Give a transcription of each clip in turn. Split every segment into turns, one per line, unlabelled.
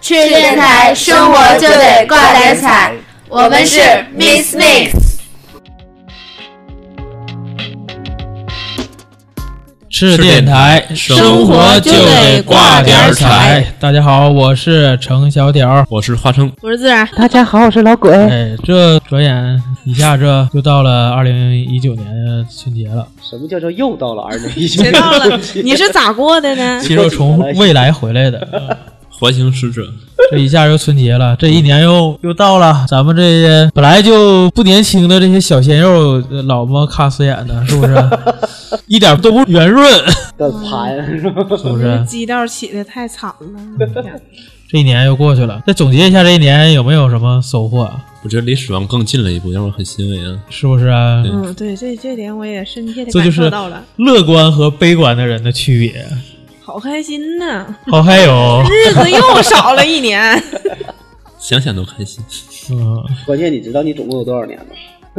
去电台，生活就得挂点彩。我们是 Miss Mix。
是电台，生活就得挂点儿彩。大家好，我是程小屌。
我是花生，
我是自然，
大家好，我是老鬼。
哎，这转眼一下，这就到了二零一九年的春节 了，
什么叫做又到了二零一九？
谁到了？你是咋过的呢？
其实从未来回来的。嗯
环形使者，
这一下又春节了，这一年
嗯
又又到了，咱们这些本来就不年轻的这些小鲜肉，呃老么卡死眼的，是不是？ 一点都不圆润，
的盘是吧？
是不是？
鸡道起的太惨了，
这一年又过去了，再总结一下这一年有没有什么收获啊？
我觉得离死亡更近了一步，让我很欣慰啊。
是不是啊？
对
嗯，对，这这点我也深切的
这就
感
是
受到了，
乐观和悲观的人的区别。
好开心呐！
好，还 有，
日子又少了一 年，
想想都开心，
嗯，
关键你知道你总共有多少年吗？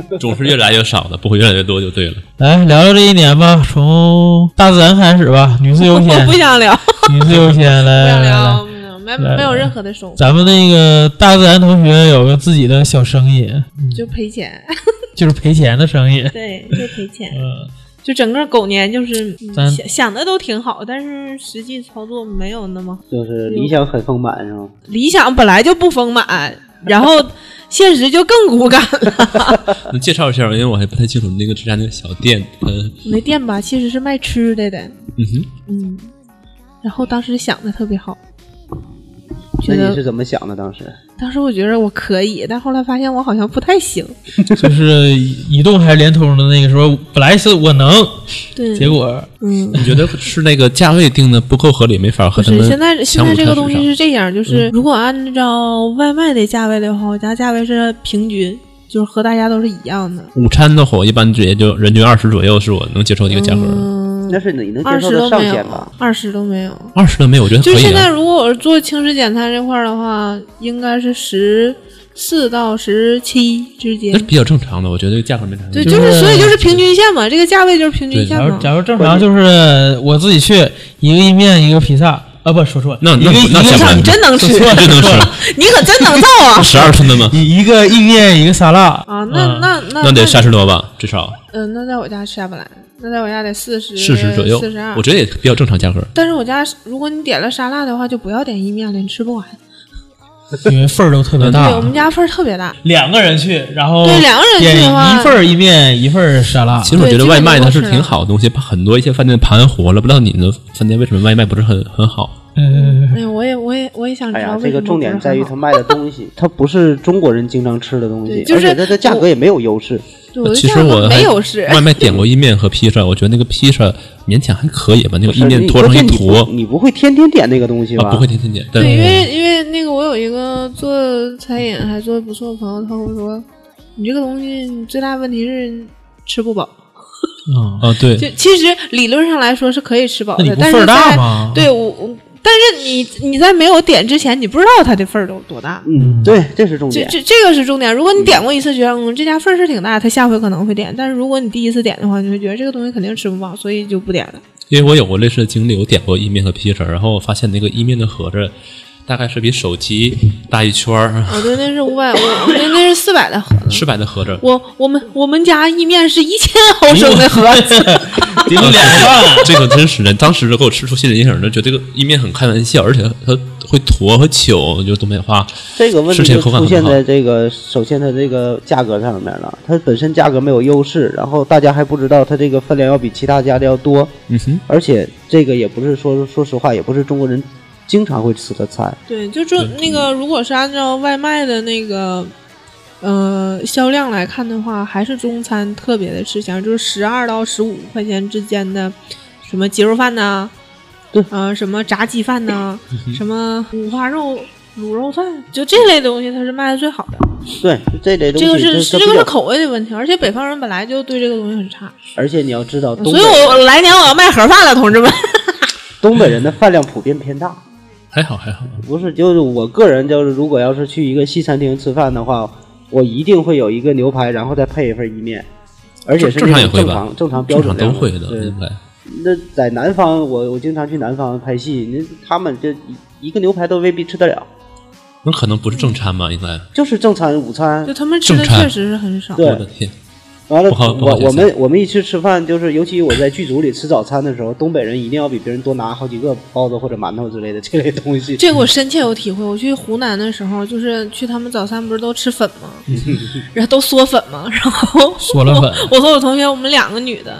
总是越来越少的，不会越来越多就对了。
来聊聊这一年吧，从大自然开始吧，女士 优
我
先
不，想聊，
女士优先，
不想
来来来
聊，。没有没有任何的收获，
咱们那个大自然同学有个自己的小生意，
就赔钱，
就是赔钱的生 意。
对，就赔钱，
嗯，
就整个狗年就是嗯
咱
想想的都挺好，但是实际操作没有那么好。
就是理想很丰满是吗？
理想本来就不丰满，然后现实就更骨感了。
能介绍一下吗？因为我还不太清楚那个之家那个小店，它
那店吧，其实是卖吃的的，
嗯哼，
嗯，然后当时想的特别好，
那
觉
你是
得
怎么想的？当时
当时我觉得我可以，但后来发现我好像不太行。
就是移动还是联通的那个时候，本来是我能，
对，
结果
嗯，
你觉得是那个价位定的不够合理，没法和
不
他
是
们
现在现
相
在
互
这个
挑
东西
市场
是这样，就是如果按照外卖的价位的话，我家价位是平均，就是和大家都是一样的。
午餐的话，我一般也就人均二十左右，是我能接受的一个价格。
嗯，
那是你能接
二
受
十
的
都
上
没
限
有
吧？，
二十都没有。
二十的没有，我觉得可
就是
以
现在，
啊。
如果我是做轻食简餐这块儿的话，应该是十四到十七之间
那是。比较正常的，我觉得这个价格没啥问
对，
题。
就
就是
是所以就是平均线嘛，这个价位就是平均线
假如
嘛。
假如正常就是我自己去一个意面一个披萨啊，不说错了，
那
一个
那不
一
那
个
行
上
不
你真 能吃，
错了
真能吃，
你可真能造 啊！
十二寸 的吗？
一一个意面一个沙拉
啊，那
嗯
那那
那得三十多吧，至少
嗯、那在我家吃下不来，那在我家得四十
四十左右
四十二。，
我觉得也比较正常价格。
但是我家如果你点了沙拉的话，就不要点意面了，你吃不完。
因为份儿都特别大
啊
对，我，们家份儿特别大。
两个人去，然后
对两个人去的
点
话
一份儿意面一份儿沙拉，
啊其实我
对
觉得
这个
外卖
就
它
是
是
啊
挺好的东西，把很多一些饭店盘活了。不知道你们的饭店为什么外卖不是很很好？
嗯，
哎呀，我也我也我也想
哎
知道
呀，
为
这个
什么
重
不
点
是
在
很
于
好
它卖的东西，它不是中国人经常吃的东西
对，就
而
是
且它的价格也没有优势。
对我就
呃其
这
实
样
我
没
还
有是
外卖点过意面和披萨，我觉得那个披萨勉强还可以吧，那个意面
你
坨成一
你
坨
不你不会天天点那个东西吧？
啊，不会天天点。但
对，因为因为那个我有一个做餐饮还做得不错的朋友，他跟我说，你这个东西你最大问题是吃不饱。
啊
啊，对，
就其实理论上来说是可以吃饱
那你
的，
不
但
份
是
儿大
在
吗？
对我我，但是你你在没有点之前，你不知道它的份儿有多大。
嗯，对，这是重
这
点。
这这个是重点。如果你点过一次，觉得嗯这家份儿是挺大，他下回可能会点。但是如果你第一次点的话，你会觉得这个东西肯定吃不饱，所以就不点了。
因为我有过类似的经历，我点过意面和披萨，然后我发现那个意面的盒子大概是比手机大一圈儿，
我对，那是五百，我那那是四百的盒子。
四百的盒子。
我我们我们家意面是一千毫升的盒子，
顶两饭，
这个真是的，当时给我吃出心理阴影了，觉得这个意面很开玩笑，而且它会坨和糗，就东北话。
这个问题
吃起来
就
口感
出
很
现
好
在这个，首先它这个价格上面了，它本身价格没有优势，然后大家还不知道它这个分量要比其他家的要多，
嗯哼，
而且这个也不是说说实话，也不是中国人经常会吃的菜。
对，就这
嗯
那个，如果是按照外卖的那个呃销量来看的话，还是中餐特别的吃香，就是十二到十五块钱之间的什么鸡肉饭呐、
对嗯
呃，什么炸鸡饭呐、什么五花肉。卤肉饭就这类东西，它是卖的最好的。
对，这类东
这
西
个
就是是
这个
比较
是口味的问题，而且北方人本来就对这个东西很差，
而且你要知道，东
所
北
以我我来年我要卖盒饭了，同志们。
东北人的饭量普遍偏大，
还好还好。
不是就是我个人就是如果要是去一个西餐厅吃饭的话，我一定会有一个牛排，然后再配一份意面，而且是
正常也
那种
会
正
吧
常正常标
正
准
常都
量
会的，
对
应，该。
那在南方，我我经常去南方拍戏，那他们这一一个牛排都未必吃得了。
那可能不是正餐吧？应该。
就是正餐、午餐
就。他们吃的
正餐
确实是很少。
对
我的天，
完了，
不好不好
我
意思
我们我们一去吃饭，就是尤其我在剧组里吃早餐的时候，东北人一定要比别人多拿好几个包子或者馒头之类的 这类东西。
这个我深切有体会。我去湖南的时候，就是去他们早餐不是都吃粉吗？然后都嗦粉吗？ 然后
嗦了粉
我。我和我同学我们两个女的，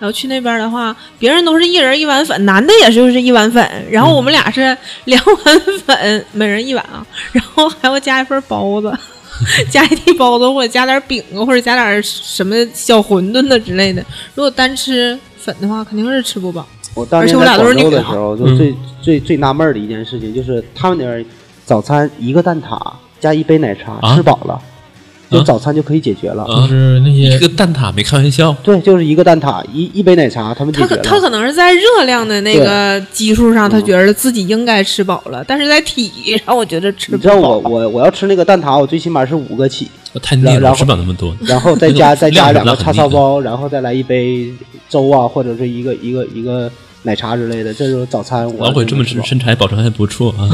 然后去那边的话，别人都是一人一碗粉，男的也就是一碗粉，然后我们俩是两碗粉，每人一碗啊，然后还要加一份包子。 加一屉包子，或者加点饼啊，或者加点什么小馄饨的之类的。如果单吃粉的话，肯定是吃不饱。
我当
而且
年
我俩
在
都是
广州
女
的
的
时候，就
嗯
最、最最纳闷儿的一件事情就是，他们那儿早餐一个蛋挞加一杯奶茶，
啊
吃饱了，就
啊
早餐就可以解决了。
啊
就是那
一
些
个蛋挞没开玩笑，
对，就是一个蛋挞，一一杯奶茶，他们解
他
决
可
了。嗯
他可能是在热量的那个基数上，他觉得自己应该吃饱了，但是在体上，我觉得吃
你
不
知道我
饱。
我我要吃那个蛋挞，我最起码是五个起，
太腻了，
然
我
后
吃不了那么多。
然后再
哎
加再加两
量
个
很
叉
厉
烧
害
包，然后再来一杯粥啊，或者是一个一个一个奶茶之类的，这就是早餐。我
老鬼这么吃，
吃，
身材保持还不错啊，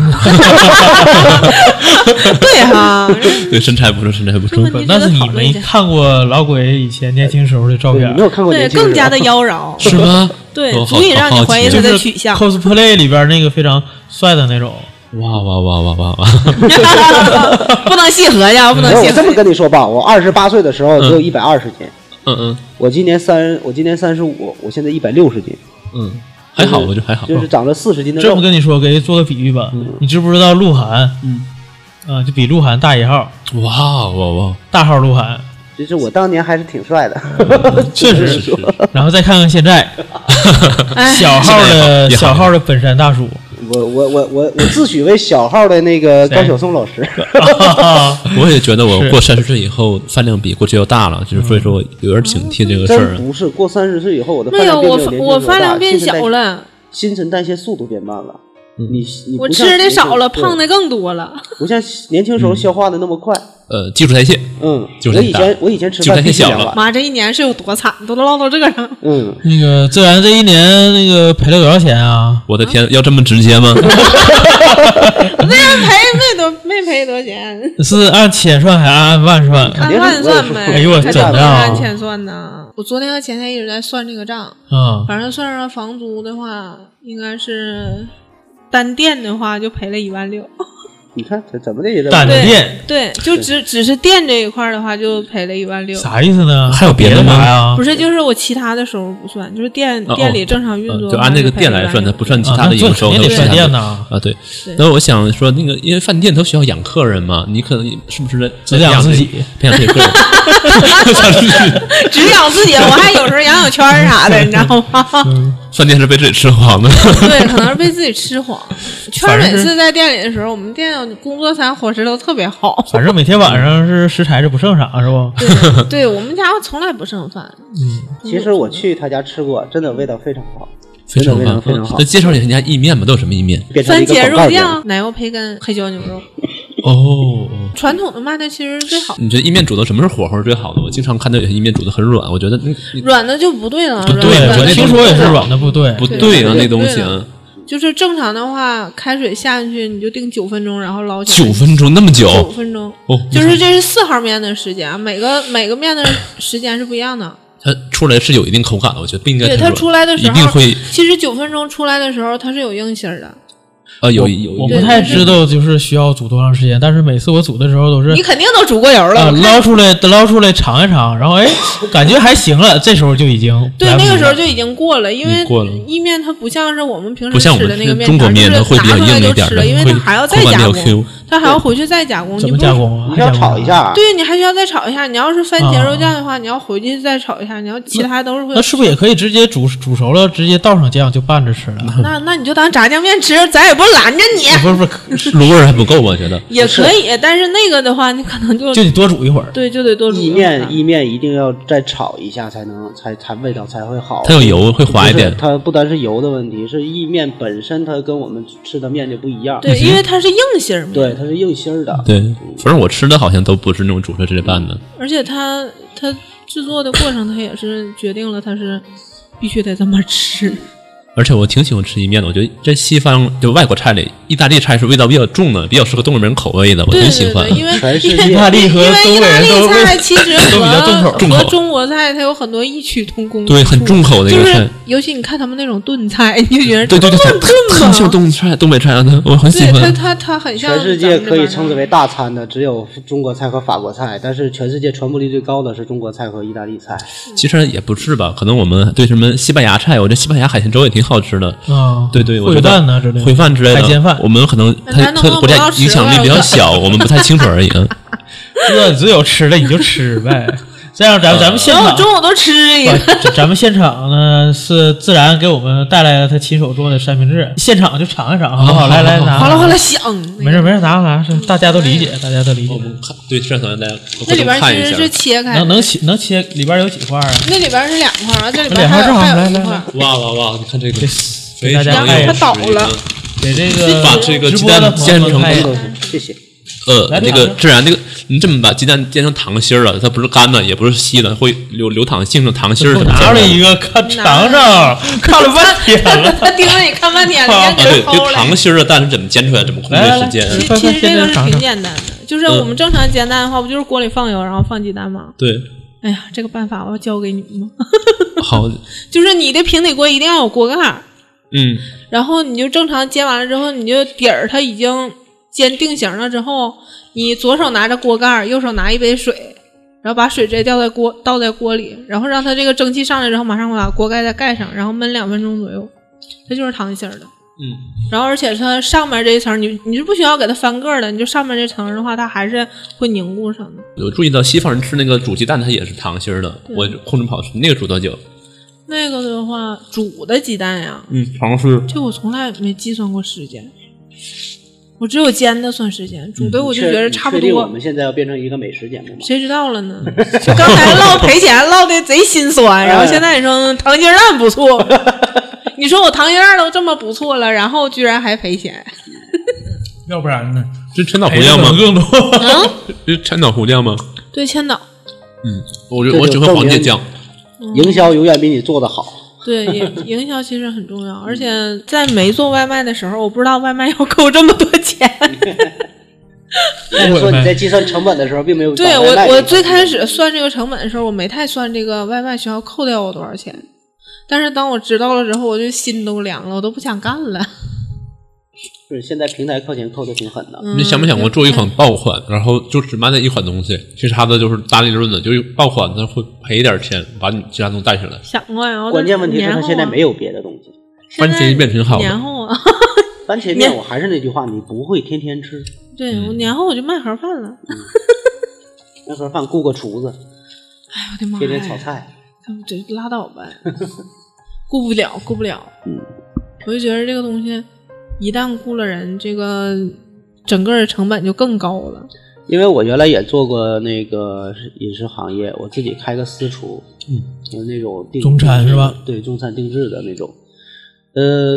对啊 哈，
对，身材不错，身材不错
这。么
但是你
讨论一下
没看过老鬼以前年轻时候的照
对，
片
你没，有看过
对，
年轻人
更加
啊
的妖娆，
是吗？
对
我，好
足以让你
好好
怀疑
奇
他
就
的
是
取向。
cosplay 里边那个非常帅的那种。
哇哇哇哇哇哇！
不能细合呀，不能
没有，
细
我这么
合。
跟你说吧，我二十八岁的时候只有一百二十斤，
嗯嗯
我今年三，我今年三十五，我现在一百六十斤，
嗯，还好，我觉得还好。
就是长了四十斤的
这
肉
么。跟你说，给做个比喻吧，你知不知道鹿晗？
嗯，
啊，就比鹿晗大一号，
哇哇哇！
大号鹿晗，
就是我当年还是挺帅的，
确
是
实。
是，
然后再看看现在，
哎，
小号的
也好也好
小号的本山大 叔，
我我我我我自诩为小号的那个
谁
高晓松老师，
哎我也觉得我
是
过三十岁以后饭量比过去要大了，就是所以说我有点警惕这个事
真
儿。啊
不是过三十岁以后我的
没
饭
有
量并
我
没有年轻的
发我
时候
饭量
大，新
变
陈代
小
谢
了，
新陈代谢速度变慢了。
嗯
你你
我
不像
吃的
年轻
少了，
对
胖的更 多了。
不像年轻时候消化的那么快。
呃，基础代谢，
嗯，
嗯就是
我
你
以
大
前我以前吃
就是
饭
太
必须
小
两
了
碗，
妈，这一年是有多惨，都唠到这个上。
嗯，
那个自然这一年那个赔了多少钱啊？
我的天，要这么直接吗？
那样赔没多没赔多少钱，
是按千算还是按万算？啊
按万算呗。
哎呦我
肯
真
定
的
不是
啊
按钱算的。我昨天和前天一直在算这个账，
啊，
反正算上房租的话，应该是单店的话就赔了一万六。
你看这怎么的也得
单
对
店
对，就只只是店这一块儿的话，就赔了一万六。
啥意思呢？
还有别的
的
吗
啥呀
不？是，就是我其他的收入不算，就是店
哦
店里正常运
呃
作
就
的话
按
赔了1万六，
那个店来算，它不算其
啊
他的
那这
营收，
肯定
它不
得
算
算
它
店
的
呐，
啊，对
对。
那我想说，那个因为饭店它需要养客人嘛，你可能是不是
只养啊自己，
培养自己客人？
只养自己，啊我还有时候养养圈儿啥的，你知道吗？
饭店是被自己吃黄的。
对，可能是被自己吃黄。圈儿
反正
每
是
次在店里的时候，我们店工作餐伙食都特别好。
反正每天晚上是食材是不剩啥是不？
对，对我们家从来不剩饭。
其实我去他家吃过，真的味道非常好，
非常
非常
棒，
非常好
那介绍一下人家意面吧，都有什么意面？
变成了
番
一个
茄
广告
肉
店。
酱、奶油培根、黑椒牛肉，
哦，
传统的卖的其实是最好的，
你觉得意面煮到什么时候火候是最好的？我经常看到有些意面煮的很软，我觉得嗯那那
软的就不对了。
不
软的
对
软
我
的
那
听说也是软的不对，
不
对
对啊，
对
那东西
对
啊
了就是正常的话，开水下去你就定九分钟，然后捞起来。
九分钟那么久
九分钟，
哦，
就是这是四号面的时间啊，每个每个面的时间是不一样的。
它出来是有一定口感的，我觉得不应该
对，
太
它
软。
出来的时
一定
候，
会
其实九分钟出来的时候它是有硬芯儿的，
啊，有
我
有
我
有
不太知道就是需要煮多长时间，但是每次我煮的时候都是
你肯定都煮过油
啊
了。我看
捞出来捞出来尝一尝，然后哎感觉还行了，这时候就已经
对
来，不及
那个时候
了
就已经过了，因为
嗯过了
意面它不像是我们平
不
时
像我
嗯吃的那
们
个面
中国
条
面，它
就是
会比较
拿出来
硬一
就
点
吃了，
的，
因为
会
它还要再
口感比
加
较
工，
Q。
它还要回去再加工。
怎
你
么
不
加工啊？
你
还
要
加工
炒一
啊。
哎
下，
对你还需要再炒一下，你要是番茄肉酱的话，你要回去再炒一下，你要其他都是会
那是不是也可以直接煮煮熟了，直接倒上酱就拌着吃了？
那那你就当炸酱面吃，咱也不拦着你，
不是不是，
卤味儿还不够，我觉得。
也可以。但是那个的话，你可能就
就得多煮一会儿。
对就得多煮
意
一会儿了
面意面一定要再炒一下才能才才味道才会好。
它有油会滑一
不是
点，
它不单是油的问题，是意面本身它跟我们吃的面就不一样。
对，因为它是硬芯儿面，
对，它是硬芯儿的。
对，反正我吃的好像都不是那种煮出来直接拌的，
而且它它制作的过程，它也是决定了它是必须得这么吃。
而且我挺喜欢吃意面的，我觉得在西方就外国菜里，意大利菜是味道比较重的，比较适合东北人口味的，我
对
很喜
对
欢
对，。因为
全世
意
界
大利和
因为
东
意
北
大
人都
利
味
菜其实
都比较重口
和
重口
和中国菜它有很多异曲同工之处，
对，很重口的一
就
个
是
菜。
尤其你看他们那种炖菜，你就觉得
对对对，
炖
它很
炖吧，
像东北菜，东北菜啊，我很喜
啊对它
欢。
它它很像
全世
咱
界
们这
可以
边的
称之为大餐的只有中国菜和法国菜，但是全世界传播率最高的是中国菜和意大利菜。
其实也不是吧，可能我们对什么西班牙菜，我觉得西班牙海鲜粥也挺好吃的。
啊，
对对，我
烩
觉得
蛋呐之类的，
烩饭之类的，
海鲜饭
我们可能它
咱能不
它
能
国
不
家
要吃啊
影响力比较
了
小，我们不太清楚而已。嗯
这只有吃的你就吃 呗。这样咱们咱们现
然后我，哦
场
中午都吃一
啊
个，
不咱咱们现场呢是自然给我们带来了他亲手做的三明治，现场就尝一尝，好不好？
好
来来
好
拿，
哗啦哗啦响。
没事没事，拿拿，
嗯
是大家都理解，大家都理解
我。们看 对，上头大家
那
回
里
头
边
看
其
一
实
下。
是切开的
能，能切能切里边有几块啊？
那里边是两块儿，这里边
两
还
块儿
有
正好
还
来
有一
来
块
来
儿。
哇哇哇！你看这个，
给
非
大
常
家
有
看一下
它倒
食欲
了
给这个
把这个
直
鸡
播的
蛋
朋友
煎
们
成
看一下
都行，谢谢。
呃
来，啊
那
两
个
个
自然那个，你这么把鸡蛋煎成糖心儿了，它不是干的，也不是稀的，会流流淌性的糖心儿
我
什么
拿
之
了
类的啊
一个看尝尝，看了半天了。
他盯着你看半
哦
天，你
啊，
看
对，
给
就
抠
糖
了。
心儿的蛋是怎么煎出来，怎么控
来来
制
来
时间？
其
快
其
快
实
先
这个
来
是
尝
挺
尝
简单的，就是我们正常煎蛋的话，不就是锅里放油，然后放鸡蛋吗？
对，
哎呀，这个办法我要教给你们，
好，
就是你的平底锅一定要有锅盖儿，
嗯，
然后你就正常煎完了之后，你就底儿它已经煎定型了之后，你左手拿着锅盖儿，右手拿一杯水，然后把水直接倒在锅倒在锅里，然后让它这个蒸汽上来之后，马上把锅盖再盖上，然后焖两分钟左右，它就是糖心儿的。
嗯，
然后而且它上面这一层，你你是不需要给它翻个儿的，你就上面这层的话，它还是会凝固上的。
有注意到西方人吃那个煮鸡蛋，它也是糖心儿的，我控制不好吃那个煮多久？
那个的话，煮的鸡蛋呀，
嗯，尝试
这我从来没计算过时间，我只有煎的算时间，煮的我就
嗯确
觉得差不
你确定
多。
我们现在要变成一个美食节目吗？
谁知道了呢？ 就刚才唠赔钱唠的贼心酸，
哎
然后现在你说嗯糖心儿蛋 不错，你说我糖心儿蛋都这么不错了，然后居然还赔钱，
要不然呢？
这千岛
赔
胡
的
酱吗？
更多。
这千岛胡酱吗？
对，千岛，
嗯我觉
这
得我
就
只会
证
黄芥
明
酱，
嗯
营销永远比你做的好。
对，营营销其实很重要，而且在没做外卖的时候，我不知道外卖要扣这么多钱。
所 以说你在计算成本的时候，并没有
对
把
我
外卖，
我
给
最开始算这个成本的时候，我没太算这个外卖需要扣掉我多少钱，但是当我知道了之后，我就心都凉了，我都不想干了。
是现在平台扣钱扣的挺狠的。
嗯
你想没想过做一款爆款，然后就只卖那一款东西，其他的就是大利润的，就是爆款它会赔一点钱，把你其他东西带起来。
想过呀，我
关键问题是
年
他
后
现在
啊
没有别的东西。
番茄一变成好
年
的，
后 啊，
番茄面，我还是那句话，你不会天天吃。
对
嗯
我年后我就卖盒饭了。
那盒饭雇个厨子，
哎，我的妈呀！
天天炒菜。
这拉倒吧， 顾不了，顾不了。
嗯
我就觉得这个东西一旦雇了人，这个整个的成本就更高了。
因为我原来也做过那个饮食行业，我自己开个私厨，
嗯，
就是那种定
中餐是吧？
对，中餐定制的那种。呃，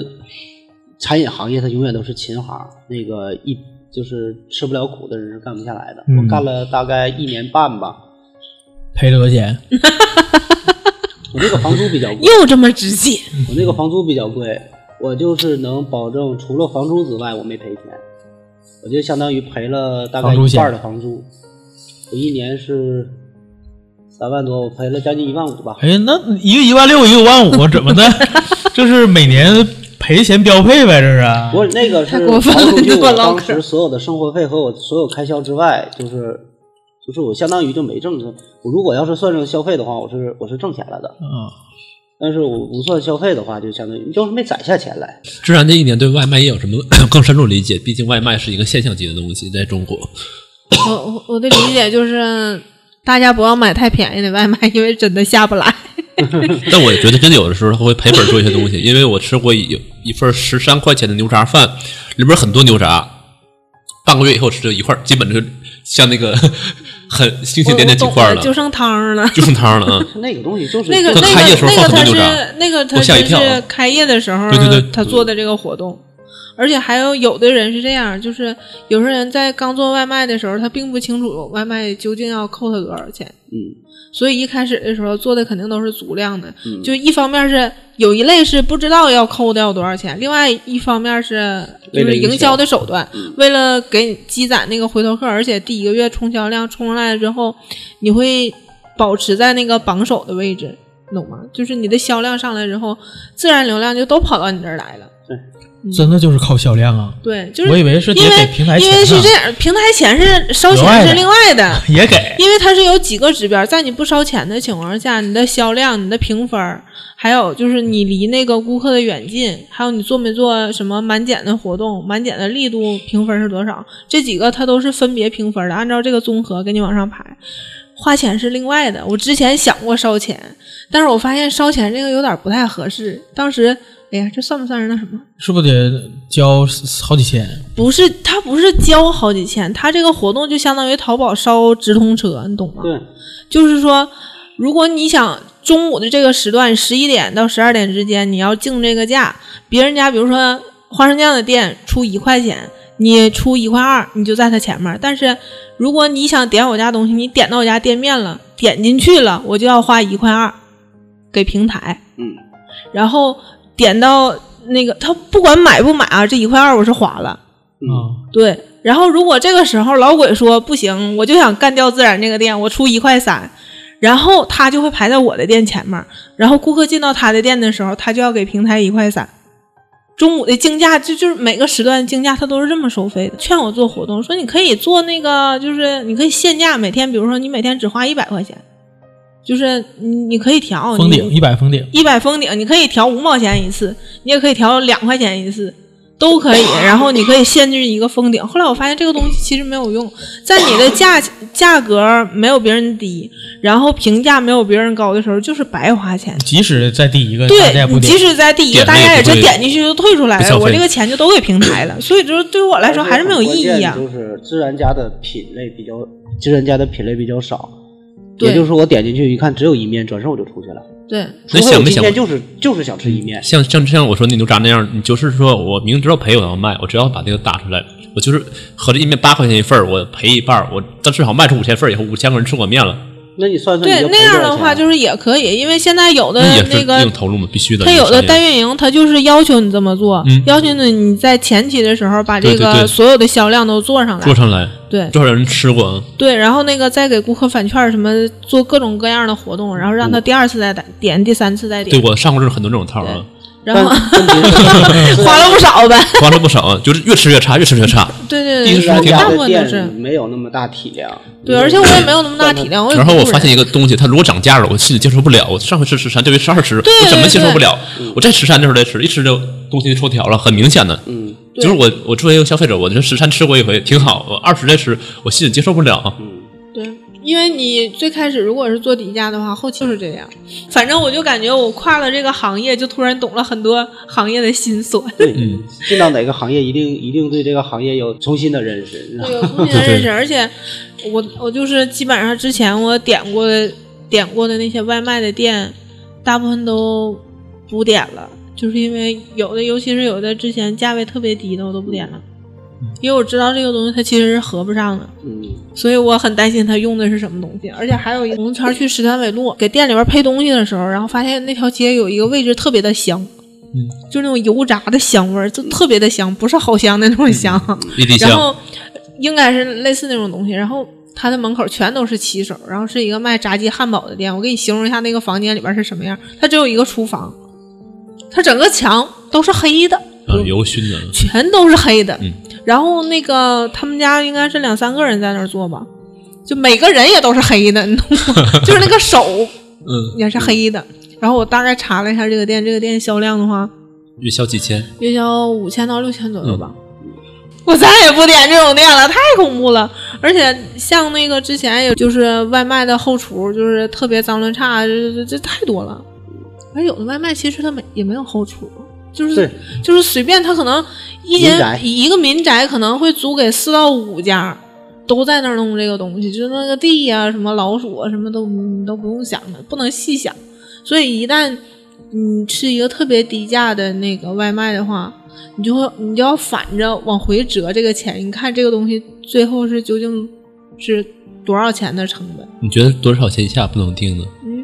餐饮行业它永远都是琴行，那个一就是吃不了苦的人是干不下来的。
嗯
我干了大概一年半吧，
赔了多少钱？
我那个房租比较贵，
又这么直接，
我那个房租比较贵，我就是能保证除了房租之外我没赔钱，我就相当于赔了大概
房租
一
险
半的房租，我一年是三万多，我赔了将近一万五吧。
哎，那一个一万六，一个一万五，怎么的？ 这是每年赔钱标配呗，这是。啊
我那个
太
是
过分了
刨出去
这么
我当
唠嗑
时所有的生活费和我所有开销之外，就是就是我相当于就没挣着。我如果要是算上消费的话，我是我是挣钱了的，
啊，
但是我不算消费的话，就相当于就是没攒下钱来。
自然这一年对外卖业有什么 更深入理解？毕竟外卖是一个现象级的东西，在中国，
我我我的理解就是，大家不要买太便宜的外卖，因为真的下不来。
但我也觉得真的有的时候会赔本做一些东西，因为我吃过有一份十三块钱的牛杂饭，里边很多牛杂，半个月以后吃就一块儿，基本就像那个很星星点点几块
我
儿
我懂了
了，
就剩汤儿了。
就剩汤了啊。
那个东西就是
那个那
它开业
个
时候
那个
放
他
很
是
多牛杂
那个他
我吓一跳
是开业的时候，
对对对
他做的这个活动。而且还有有的人是这样，就是有些人在刚做外卖的时候，他并不清楚外卖究竟要扣他多少钱，
嗯
所以一开始的时候做的肯定都是足量的。
嗯，
就一方面是有一类是不知道要扣掉多少钱，另外一方面是就
为了
是
营销
营销的手段
嗯，
为了给你积攒那个回头客，而且第一个月冲销量冲上来了之后，你会保持在那个榜首的位置，你懂吗？就是你的销量上来之后，自然流量就都跑到你这儿来了。
真的就是靠销量啊！
对，就是
我以为是得
因为
给平台钱
因
呢，
为是这样，平台钱是烧钱是另外的，
也给
因为它是有几个指标，在你不烧钱的情况下，你的销量、你的评分儿，还有就是你离那个顾客的远近，还有你做没做什么满减的活动，满减的力度评分是多少，这几个它都是分别评分的，按照这个综合给你往上排。花钱是另外的，我之前想过烧钱，但是我发现烧钱这个有点不太合适。当时，哎呀，这算不算是那什么？
是不是得交好几千？
不是，他不是交好几千，他这个活动就相当于淘宝烧直通车，你懂吗？
对，嗯
就是说，如果你想中午的这个时段，十一点到十二点之间，你要竞这个价，别人家比如说花生酱的店出一块钱，你出一块二，你就在他前面儿。但是如果你想点我家东西，你点到我家店面了，点进去了，我就要花一块二给平台，
嗯，
然后点到那个他不管买不买啊，这一块二我是花了。
嗯，
啊，
对，然后如果这个时候老鬼说不行，我就想干掉自然这个店，我出一块三，然后他就会排在我的店前面儿，然后顾客进到他的店的时候，他就要给平台一块三。中午的竞价就就是每个时段竞价，他都是这么收费的。劝我做活动，说你可以做那个，就是你可以限价，每天比如说你每天只花一百块钱，就是你你可以调
封
你
顶一百封顶，
一百封顶，你可以调五毛钱一次，你也可以调两块钱一次，都可以。然后你可以限制一个封顶。后来我发现这个东西其实没有用，在你的价价格没有别人低，然后评价没有别人高的时候，就是白花钱。
即使再第一个，大家也
对
不
你，
点
即使在第一个，
点
大
了也
家也
不
是
会
点进去就退出来
不消
了，
费
我这个钱就都给平台了，所以就是对于我来说还是没有意义啊
而且很。关键就是自然家的品类比较，自然家的品类比较少，
对
也就是说我点进去一看只有一面，转身我就出去了。
对，
除
那
非
想
我
没
今
想
天就是就是想吃一面，
嗯
像像像我说那牛杂那样，你就是说我明知道赔我要卖，我只要把那个打出来，我就是合着一面八块钱一份儿，我赔一半儿，我但至少卖出五千份儿以后，五千个人吃我面了，
那你算算你
对
就
那样
赔多少
的话
钱啊
就是也可以，因为现在有的
那也是
那
一
个
种投入嘛，必须的。
他有的
商
代
业
运营，他就是要求你这么做，
嗯
要求你你在前期的时候把这
对对对
个所有的销量都做上来，
做上来，
对
多少人吃过啊？
对，然后那个再给顾客返券儿，什么做各种各样的活动，然后让他第二次再打点，第三次再
嗯对
点，
我上过这种很多这种套儿啊，
然后
但问题 是
花了不 少呗。
花了不少啊，就是越吃越差，越吃越差。
对
第一
对对，
次
自然
大
家
部
的
分都是
店没有那么大体量，
对，而且我也没有那么大体量，我也
然后
不
我
是
发现一个东西，它如果涨价了，我心里接受不了。我上回吃十三，这回吃二十，我怎么接受不了？我在十三的时候再吃，一吃就东西就抽条了，很明显的。
嗯，
就是我我作为一个消费者，我觉得十三吃过一回挺好，我二十再吃，我心里接受不了。啊
嗯对，因为你最开始如果是做底价的话，后期就是这样。反正我就感觉我跨了这个行业，就突然懂了很多行业的辛酸。
对，
嗯
进到哪个行业一定一定对这个行业有重新的认识，然后
对，有重新的认识，而且我我就是基本上之前我点过的点过的那些外卖的店，大部分都不点了，就是因为有的，尤其是有的之前价位特别低的，我都不点了，因为我知道这个东西它其实是合不上的，
嗯，
所以我很担心它用的是什么东西。而且还有一个，我们圈去十三纬路给店里边配东西的时候，然后发现那条街有一个位置特别的香，
嗯，
就是那种油炸的香味儿，就特别的香，不是好香的那种香。
一滴
然
香，
后应该是类似那种东西。然后他的门口全都是骑手，然后是一个卖炸鸡汉堡的店。我给你形容一下那个房间里边是什么样，它只有一个厨房，它整个墙都是黑的，
啊，油熏的，
全都是黑的。
嗯
然后那个他们家应该是两三个人在那儿做吧，就每个人也都是黑的，你懂吗？ 就是那个手
嗯，
也是黑的。然后我大概查了一下这个店，这个店销量的话，
月销几千，
月销五千到六千左右
嗯
吧。我再也不点这种店了，太恐怖了！而且像那个之前，也就是外卖的后厨，就是特别脏乱差，这这这太多了。而有的外卖其实他没也没有后厨，就
对
是就是随便他可能一
民宅
间一个民宅可能会租给四到五家，都在那儿弄这个东西，就是那个地呀、什么老鼠啊，什么都你都不用想了，不能细想。所以一旦你吃一个特别低价的那个外卖的话，你就会你就要反着往回折这个钱，你看这个东西最后是究竟是多少钱的成本？
你觉得多少钱以下不能定呢？
嗯，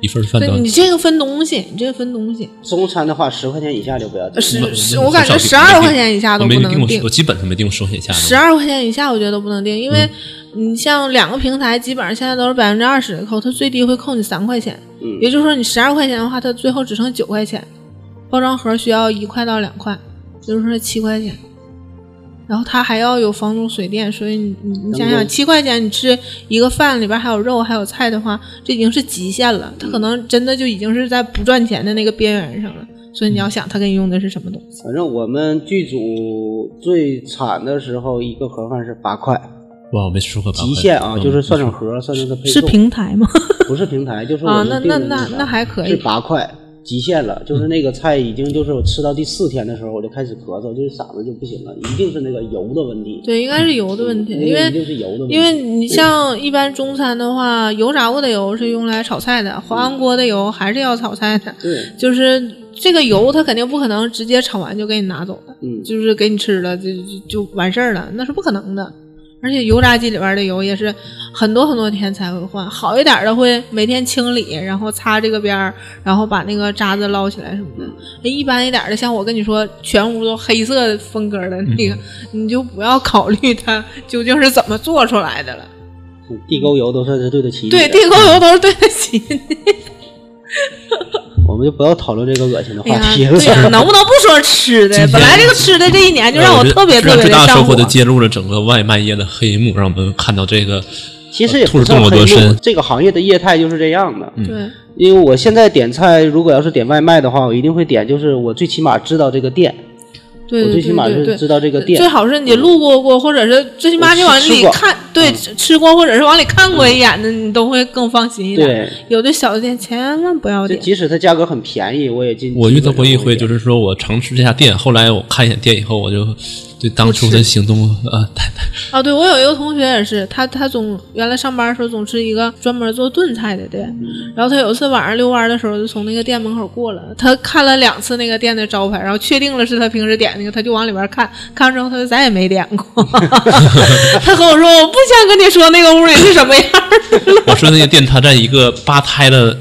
一份饭
对
到
你这个分东西，你这个分东西，
中餐的话，十块钱以下就不要
呃
定。
十十，
我
我感觉
很少
十
订
二块钱以下
我
都
没
不能
定过
定
我，基本上没定过十块钱以下的。
十二块钱以下我觉得都不能定，因为
嗯
你像两个平台基本上现在都是百分之二十的扣，它最低会扣你三块钱，
嗯
也就是说你十二块钱的话，它最后只剩九块钱，包装盒需要一块到两块，也就是说七块钱。然后它还要有房租、水电，所以你你你想
能
想，
够
七块钱你吃一个饭，里边还有肉还有菜的话，这已经是极限了。它
嗯
可能真的就已经是在不赚钱的那个边缘上了。所以
嗯
你要想，它给你用的是什么东西？
反正我们剧组最惨的时候，一个盒饭是八块，
哇，我没吃过八块
极限啊，
嗯
就是算成盒，算成它配
是
送
平台吗？
不是平台，就是
啊
我们
那
订的
那
个
那那还可以
是八块极限了，就是那个菜已经就是我吃到第四天的时候，我就开始咳嗽，就是嗓子就不行了，一定是那个油的问题。嗯
对，应该是油的问题，
那个
因为
一定是油的问题
因为你像一般中餐的话，油炸过的油是用来炒菜的，滑锅的油还是要炒菜的，
对，
就是这个油它肯定不可能直接炒完就给你拿走的，
嗯，
就是给你吃了就就就完事儿了，那是不可能的。而且油炸机里边的油也是很多很多天才会换，好一点的会每天清理，然后擦这个边儿，然后把那个渣子捞起来什么的。那一般一点的，像我跟你说，全屋都黑色风格的那个，
嗯
你就不要考虑它究竟是怎么做出来的了。
地沟油都算是对得起
嗯
你的。
对，地沟油都是对得起你
我们就不要讨论这个恶心的话
哎呀。
题了。
啊对呀、能不能不说吃的
今？天呃
本来这个吃的这一年就让我特别特
让
别
最
的
大
上
收获
火
的。揭露了整个外卖业的黑幕，让我们看到这个
其实
呃
也
兔
不
子
算
洞有
黑
多
幕
深，。
这个行业的业态就是这样的。
对，
因为我现在点菜，如果要是点外卖的话，我一定会点，就是我最起码知道这个店，
对
我
对
最起
对
码
对
是
对
知。道这个店
最。好是你路过过，或者是最起码你往
我吃
里
过嗯
看，对，吃吃过或者是往里看过一眼的，你都会更放心一点。
对，
有的小店千万不要
就
点，
即使它价格很便宜，我也进。
我遇到过一回，就是是说我尝试这家店，后来我看一眼店以后，我就对当初的行动啊，太太
啊，对我有一个同学也是，他他总原来上班的时候总吃一个专门做炖菜的店，
嗯
然后他有一次晚上遛弯的时候就从那个店门口过了，他看了两次那个店的招牌，然后确定了是他平时点那个，他就往里边看，看完之后他就再也没点 过。他和我说我不想跟你说那个屋里是什么样儿，
我说那个店，它在一个吧台的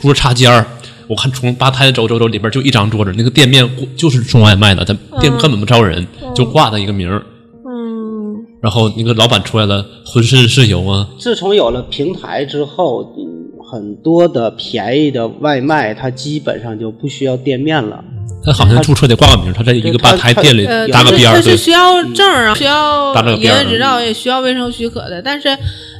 桌插尖儿，我看从吧台走走走，里边就一张桌子，那个店面就是送外卖的，它店根本不招人，就挂的一个名儿。
嗯，
然后那个老板出来了，浑身是油啊，
自从有了平台之后，嗯，很多的便宜的外卖，它基本上就不需要店面了。
嗯
嗯他好像注册得挂个名儿，他在一个吧台店里
呃，
搭
它
个
是
边
它
儿，
是
对，嗯
需要证儿啊，需要
搭了个
营
边儿
业执照，也需要卫生许可的。但是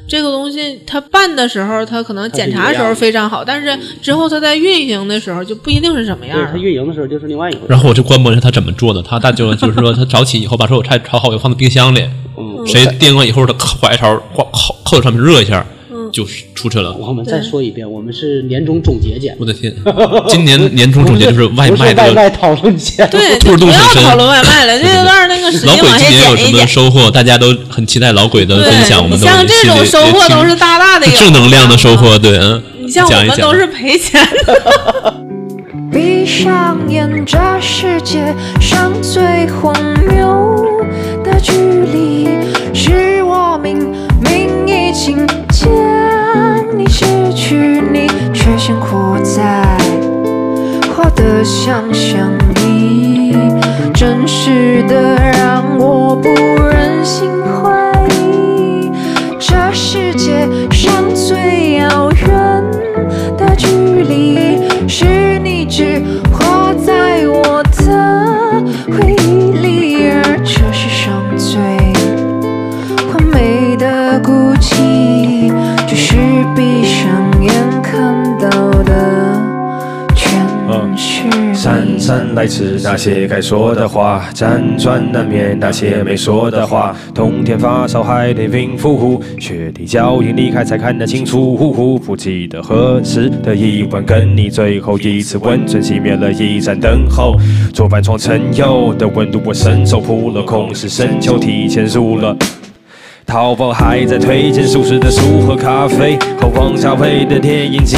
这个东西它办的时候，它可能检查的时候非常好，但是之后它在运行的时候就不一定是什么
嗯
样
对，
儿
它
了。
运营的时候就是另外一回事。
然后我就观摩一下他怎么做的，他大舅就是说他早起以后把所有菜炒好，以后放到冰箱里，
嗯，
谁电过以后他划一勺，挂扣扣在上面热一下，
嗯
就是出去了。
我们再说一遍，我们是年终总结节目，
我的天，今年年终总结就是外
不是
卖
外
这个
卖讨论节目。
对，
兔
就不
儿洞
要
很深
讨论外卖了，这个让那个时
老
间
鬼
往下
今年有
减
什
一
么
减。
收获？大家都很期待老鬼的分享，我
对，你像
们都
这种收获都是大大的有
正能量的收。获，对，嗯，
你像我
讲一
们
讲
都是赔钱的。
闭上眼，这世界上最荒谬的距离，是我明明已经见你，失去你，却先活在活得像想你，真实的让我不忍心怀疑，这世界上最遥远的距离，是你只活在我的回忆里，而这世上最。完美的孤寂，只是闭上眼看到的全是你。
姗姗来迟，那些该说的话；辗转难眠，那些没说的话。冬天发烧还得冰敷壶，雪地脚印离开才看得清楚。呼呼不记得何时的夜晚，跟你最后一次温存，熄灭了一盏灯后，左半床陈旧的温度，我伸手扑了空，是深秋提前入了。淘宝还在推荐舒适的书和咖啡，和王小配的电影集。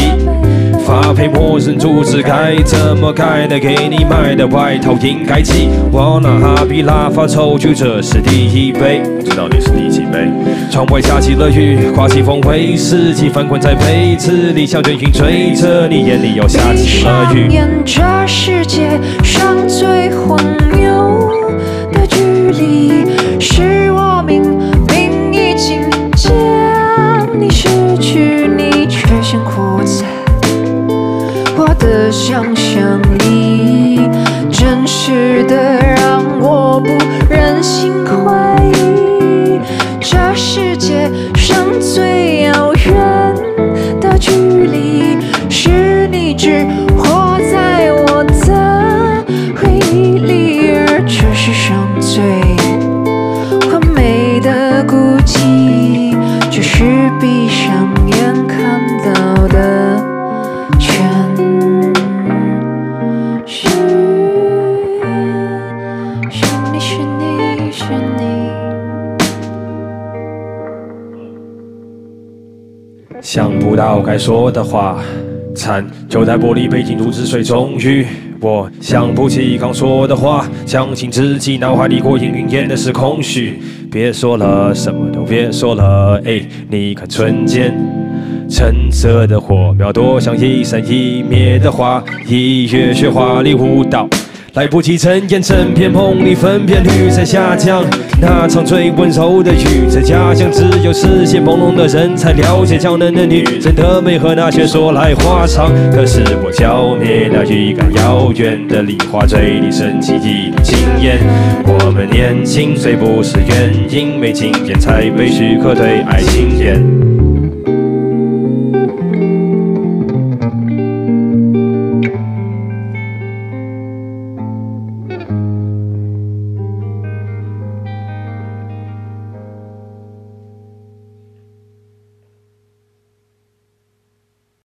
发配陌生住址该怎么改呢？给你买的外套应该寄。我拿哈比拉发愁去，这是第一杯，不知道你是第几杯。窗外下起了雨，刮起风为四季翻滚在被子里，像卷云追着你，眼里又下
闭
起了
上
雨。
眼，这世界上最荒谬的距离，是我明明已经将你失去，你却先活在我的想象里，真实的让我不忍心怀疑，这世界上最遥远的距离，是你只活在我的回忆里，而这世上最。完美的孤寂，只是闭上眼看到的全是。是你，是你，是你。
想不到该说的话，惨就在玻璃杯浸入汁水中。于我想不起刚说的话，强行自己脑海里过眼云烟的是空虚。别说了，什么都别说了，哎，你看瞬间。橙色的火苗多像一闪一灭的花，一跃学华丽舞蹈，来不及睁眼，整片梦里分辨率在下降。那场最温柔的雨，在家乡只有视线朦胧的人才了解娇嫩的女人的美和那些说来话长。可是我浇灭那预感遥远的梨花，嘴里升起一缕青烟。我们年轻虽不是原因，没经验才被许可对爱情言。